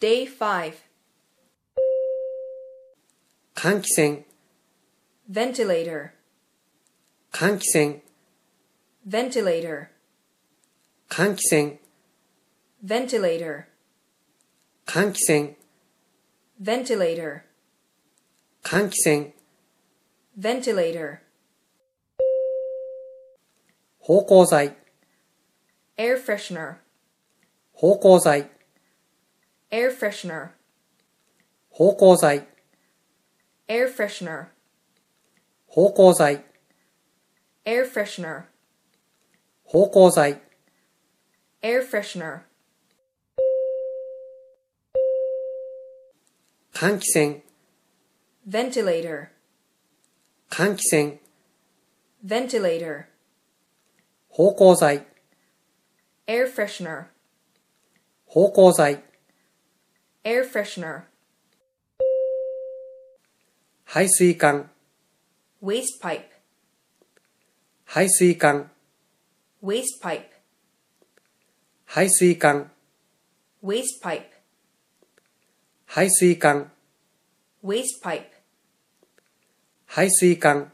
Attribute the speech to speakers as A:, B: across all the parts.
A: Day 5.
B: 換気扇、
A: Ventilator.
B: 換気扇、
A: Ventilator.
B: 換気扇、
A: Ventilator.
B: 換気扇、
A: Ventilator.
B: 換気扇、
A: Ventilator.
B: 芳香剤、
A: Air freshener.
B: 芳香剤、
A: Air freshener.
B: 芳香剤、
A: Air freshener.
B: 芳香剤、
A: Air freshener.
B: 芳香剤、
A: Air freshener.
B: 換気扇、
A: Ventilator.
B: 換気扇、
A: Ventilator.
B: 芳香剤、
A: Air freshener.
B: 芳香剤、
A: Air freshener.
B: 排水管、
A: Waste pipe.
B: 排水管、
A: Waste pipe.
B: 排水管、
A: Waste pipe.
B: 排水管、
A: Waste pipe.
B: 排水管、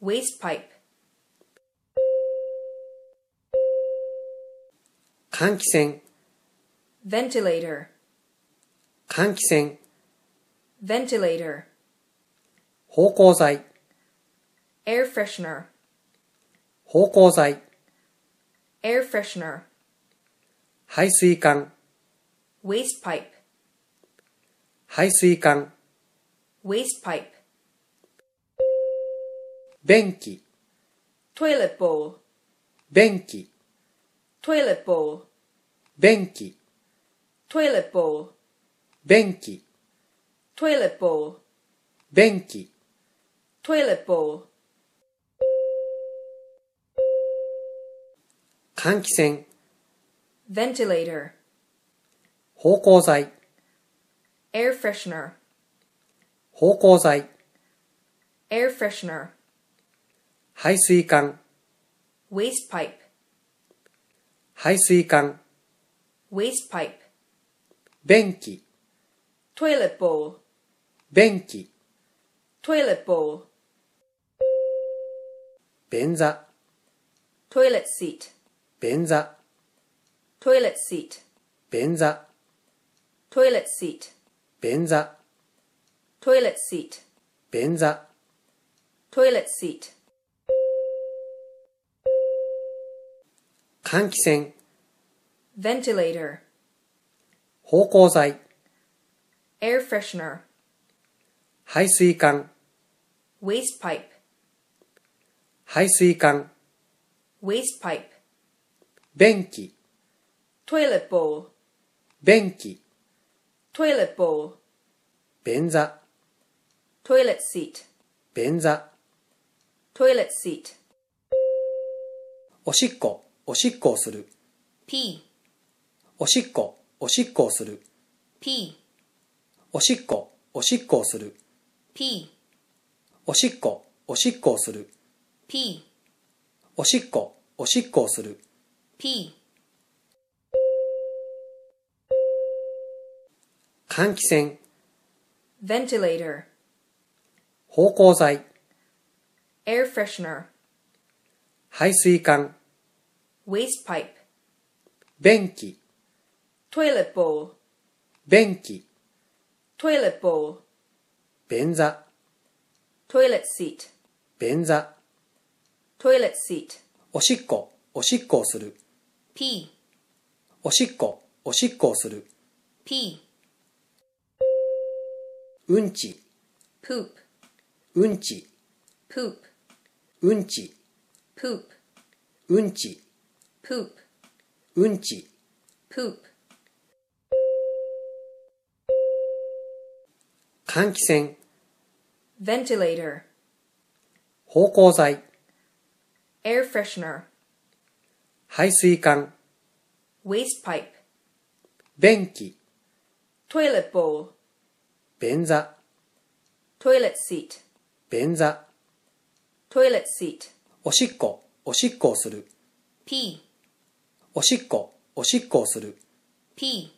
A: Waste pipe.
B: 換気扇、
A: Ventilator.
B: 換気扇、
A: Ventilator.
B: 芳香剤、
A: Air freshener.
B: 芳香剤、
A: Air freshener.
B: 排水管、
A: Waste pipe.
B: 排水管、
A: Waste pipe.
B: 便器、
A: Toilet bowl.
B: 便器、
A: Toilet bowl.
B: 便器、
A: Toilet bowl.
B: 便器、
A: Toilet bowl.
B: 便器、
A: Toilet bowl.
B: 換気扇、
A: Ventilator.
B: 芳香剤、
A: Air freshener.
B: 芳香剤、
A: Air freshener.
B: 排水管、
A: Waste pipe.
B: 排水管、
A: Waste pipe.
B: 便器、
A: Toilet bowl.
B: 便器、
A: Toilet bowl.
B: 便座、
A: Toilet seat.
B: 便座、
A: Toilet seat.
B: 便座、
A: Toilet seat.
B: 便座、
A: Toilet seat.
B: 便座、
A: Toilet seat.
B: 換気扇、
A: Ventilator.
B: 芳香剤、
A: Air freshener.
B: 排水管、
A: Waste pipe.
B: 排水管、
A: Waste pipe.
B: 便器、
A: Toilet bowl.
B: 便器、
A: Toilet bowl.
B: 便座、
A: Toilet seat.
B: 便座、
A: Toilet seat.
B: おしっこ、おしっこをする、
A: P.
B: おしっこ、おしっこをする、
A: P.
B: おしっこ、おしっこをする、
A: P.
B: おしっこ、おしっこをする、
A: P.
B: おしっこ、おしっこをする、
A: P.
B: 換気扇、
A: Ventilator.
B: 芳香剤、
A: Air freshener.
B: 排水管、
A: Waste pipe.
B: 便器、
A: Toilet bowl.
B: 便器、
A: Toilet bowl.
B: 便座、
A: Toilet seat.
B: 便座、
A: Toilet seat.
B: おしっこ、おしっこをする、
A: P.
B: おしっこ、おしっこをする、
A: P.
B: うんち、
A: Poop.
B: うんち、
A: Poop.
B: うんち、
A: Poop.
B: うんち、
A: Poop.
B: うんち、
A: Poop.
B: 換気扇、
A: Ventilator.
B: 芳香剤、
A: Air freshener.
B: 排水管、
A: Waste pipe.
B: 便器、
A: Toilet bowl.
B: 便座、
A: Toilet seat.
B: 便座、
A: Toilet seat.
B: おしっこ、おしっこをする、
A: P.
B: おしっこ、おしっこをする、
A: P.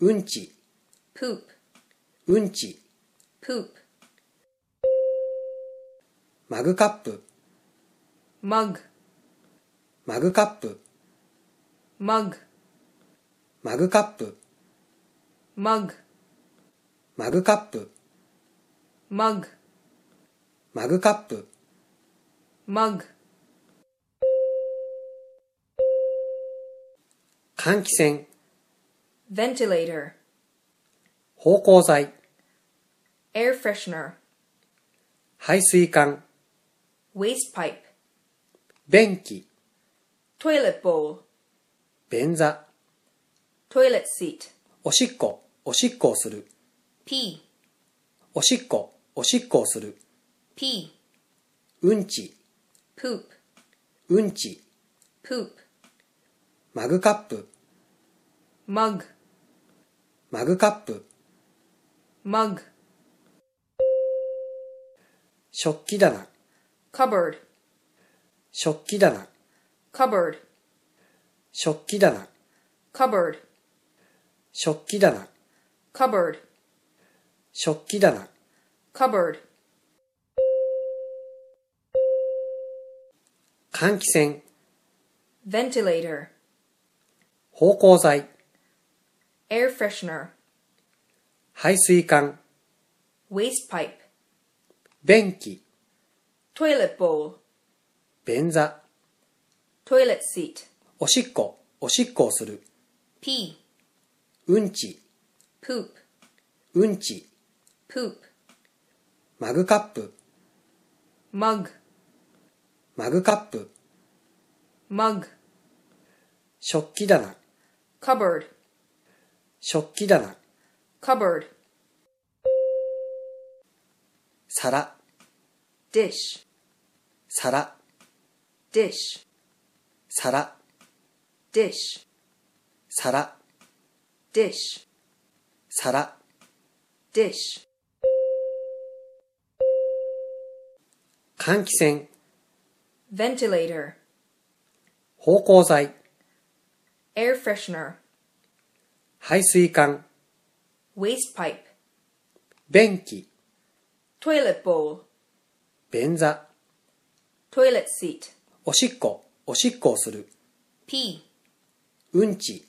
B: うんうんち、
A: poop,
B: うんち、
A: poop,
B: マグカップ、
A: mug,
B: マグカップ、
A: mug,
B: マグカップ、
A: mug,
B: マグカップ、
A: mug,
B: マグカップ、
A: mug,
B: 換気扇、
A: ventilator,
B: 芳香剤、
A: air freshener,
B: 排水管、
A: waste pipe,
B: 便器、
A: toilet bowl,
B: 便座、
A: toilet seat,
B: おしっこ、おしっこをする、
A: pee,
B: おしっこ、おしっこをする、
A: pee,
B: うんち、
A: poop,
B: うんち、
A: poop,
B: マグカップ、
A: mug,
B: マグカップ、
A: mug,
B: 食器棚、
A: cupboard,
B: 食器棚、
A: cupboard,
B: 食器棚、
A: cupboard,
B: 食器棚、
A: cupboard,
B: 食器棚、
A: cupboard,
B: 換気扇、
A: ventilator,
B: 芳香剤、
A: air freshener,
B: 排水管、
A: waste pipe,
B: 便器、
A: toilet bowl,
B: 便座、
A: toilet seat,
B: おしっこ、おしっこをする、
A: pee,
B: うんち、
A: poop,
B: うんち、
A: poop,
B: マグカップ、
A: mug,
B: マグカップ、
A: mug,
B: 食器棚、
A: cupboard,
B: 食器棚、
A: cupboard,
B: 皿、
A: dish,
B: 皿、
A: dish,
B: 皿、
A: dish,
B: 皿、
A: dish,
B: 皿、
A: dish,
B: 換気扇、
A: ventilator,
B: 芳香剤、
A: air freshener,
B: 排水管、
A: waste pipe,
B: 便器、
A: toilet bowl,
B: 便座、
A: toilet seat,
B: おしっこ、おしっこをする、
A: pee,
B: うんち、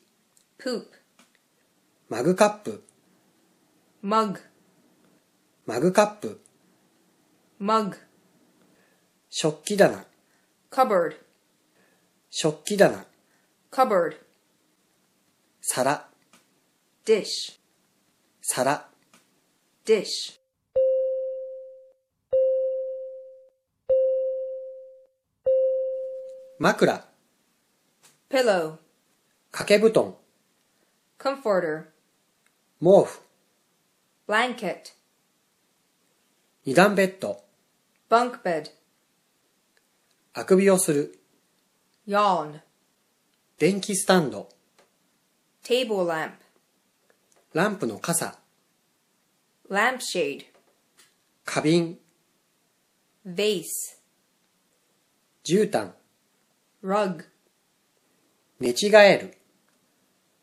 A: poop,
B: マグカップ、
A: mug,
B: マグカップ、
A: mug,
B: 食器棚、
A: cupboard,
B: 食器棚、
A: cupboard,
B: 皿、
A: dish,
B: 皿、
A: dish,
B: 枕、
A: pillow,
B: 掛け布団、
A: comforter,
B: 毛布、
A: blanket,
B: 二段ベッド、
A: bunk bed,
B: あくびをする、
A: yawn,
B: 電気スタンド、
A: table lamp,
B: ランプの傘、
A: lampshade,
B: 花瓶、
A: vase,
B: 絨毯、
A: rug,
B: 寝違える、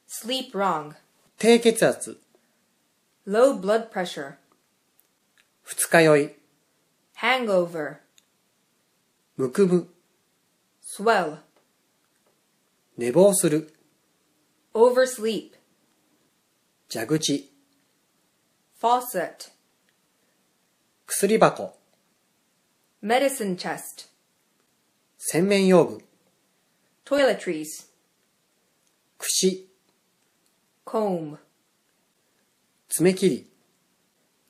A: sleep wrong,
B: 低血圧、
A: low blood pressure,
B: 二日酔い、
A: hangover,
B: むくむ、
A: swell,
B: 寝坊する、
A: oversleep,
B: 蛇口、
A: faucet,
B: 薬箱、
A: medicine chest,
B: 洗面用具、
A: toiletries,
B: くし、
A: comb,
B: 爪切り、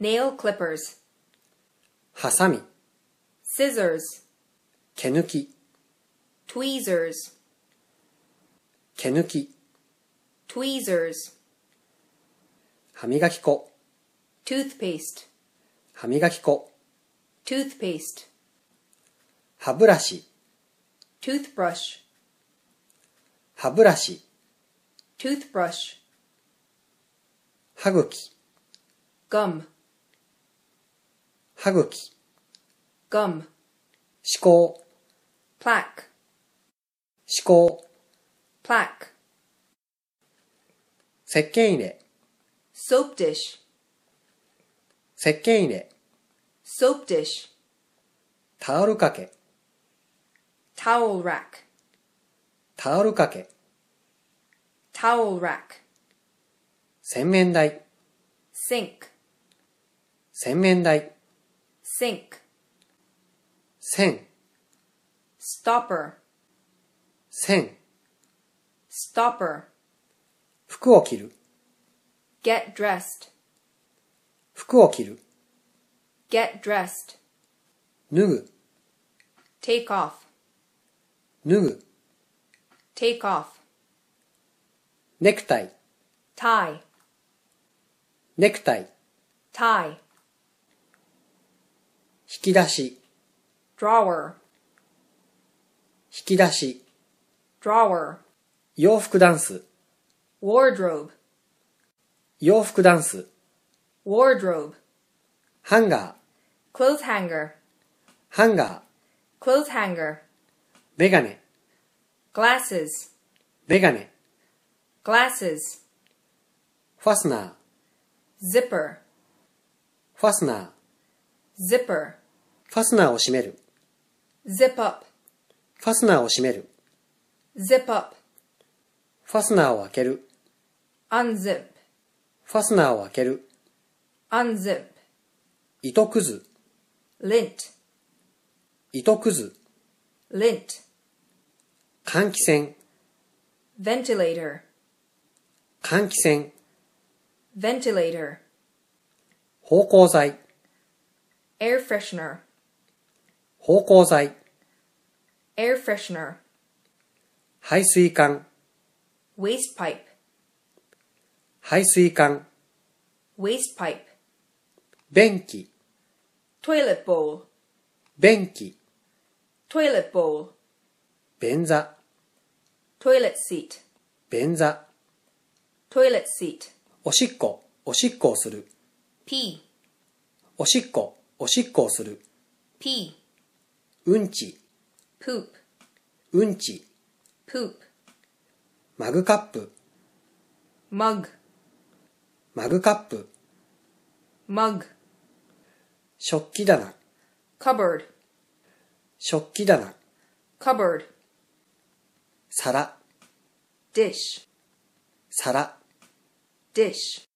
A: nail clippers,
B: ハサミ、
A: scissors,
B: 毛抜き、
A: tweezers,
B: 毛抜き、
A: tweezers,
B: 歯磨き粉、
A: toothpaste,
B: 歯磨き粉、
A: toothpaste,
B: 歯ブラシ、
A: toothbrush,
B: 歯ブラシ、
A: toothbrush,
B: 歯茎、
A: gum,
B: 歯茎、
A: gum,
B: 歯垢、
A: plaque,
B: 歯垢、
A: plaque,
B: 石鹸入れ、
A: soap dish,
B: 石鹸入れ、
A: soap dish,
B: タオルかけ、
A: towel rack,
B: タオルかけ、
A: towel rack,
B: 洗面台、
A: sink,
B: 洗面台、
A: sink,
B: 線、
A: stopper,
B: 線、
A: stopper,
B: 服を着る、
A: get dressed,
B: 服を着る、
A: get dressed,
B: 脱ぐ、
A: take off,
B: 脱ぐ、
A: take off,
B: ネクタイ、
A: tie,
B: ネクタイ、
A: tie,
B: 引き出し、
A: drawer,
B: 引き出し、
A: drawer,
B: 洋服ダンス、
A: wardrobe,
B: 洋服ダンス、
A: wardrobe,
B: ハンガー、
A: clothes hanger,
B: ハンガー、
A: clothes hanger,
B: メガネ、
A: glasses,
B: メガネ、
A: glasses,
B: ファスナー、
A: zipper,
B: ファスナー、
A: zipper,
B: ファスナーを閉める、
A: zip up,
B: ファスナーを閉める、
A: zip up,
B: ファスナーを開ける、
A: unzip,
B: ファスナーを開ける、
A: unzip,
B: 糸くず、
A: lint,
B: 糸くず、
A: lint,
B: 換気扇、
A: ventilator,
B: 換気扇、
A: ventilator,
B: 芳香剤、
A: air freshener,
B: 芳香剤、
A: air freshener,
B: 排水管、
A: waste pipe,
B: 排水管、
A: waste pipe,
B: 便器、
A: toilet bowl,
B: 便器、
A: toilet bowl,
B: 便座、
A: toilet seat,
B: 便座、
A: toilet seat,
B: おしっこ、おしっこをする、
A: pee,
B: おしっこ、おしっこをする、
A: pee,
B: うんち、
A: poop,
B: うんち、
A: poop,
B: マグカップ、
A: mug,
B: マグカップ、
A: mug,
B: 食器棚、
A: cupboard,
B: 食器棚、
A: cupboard,
B: 皿、
A: dish,
B: 皿、
A: dish,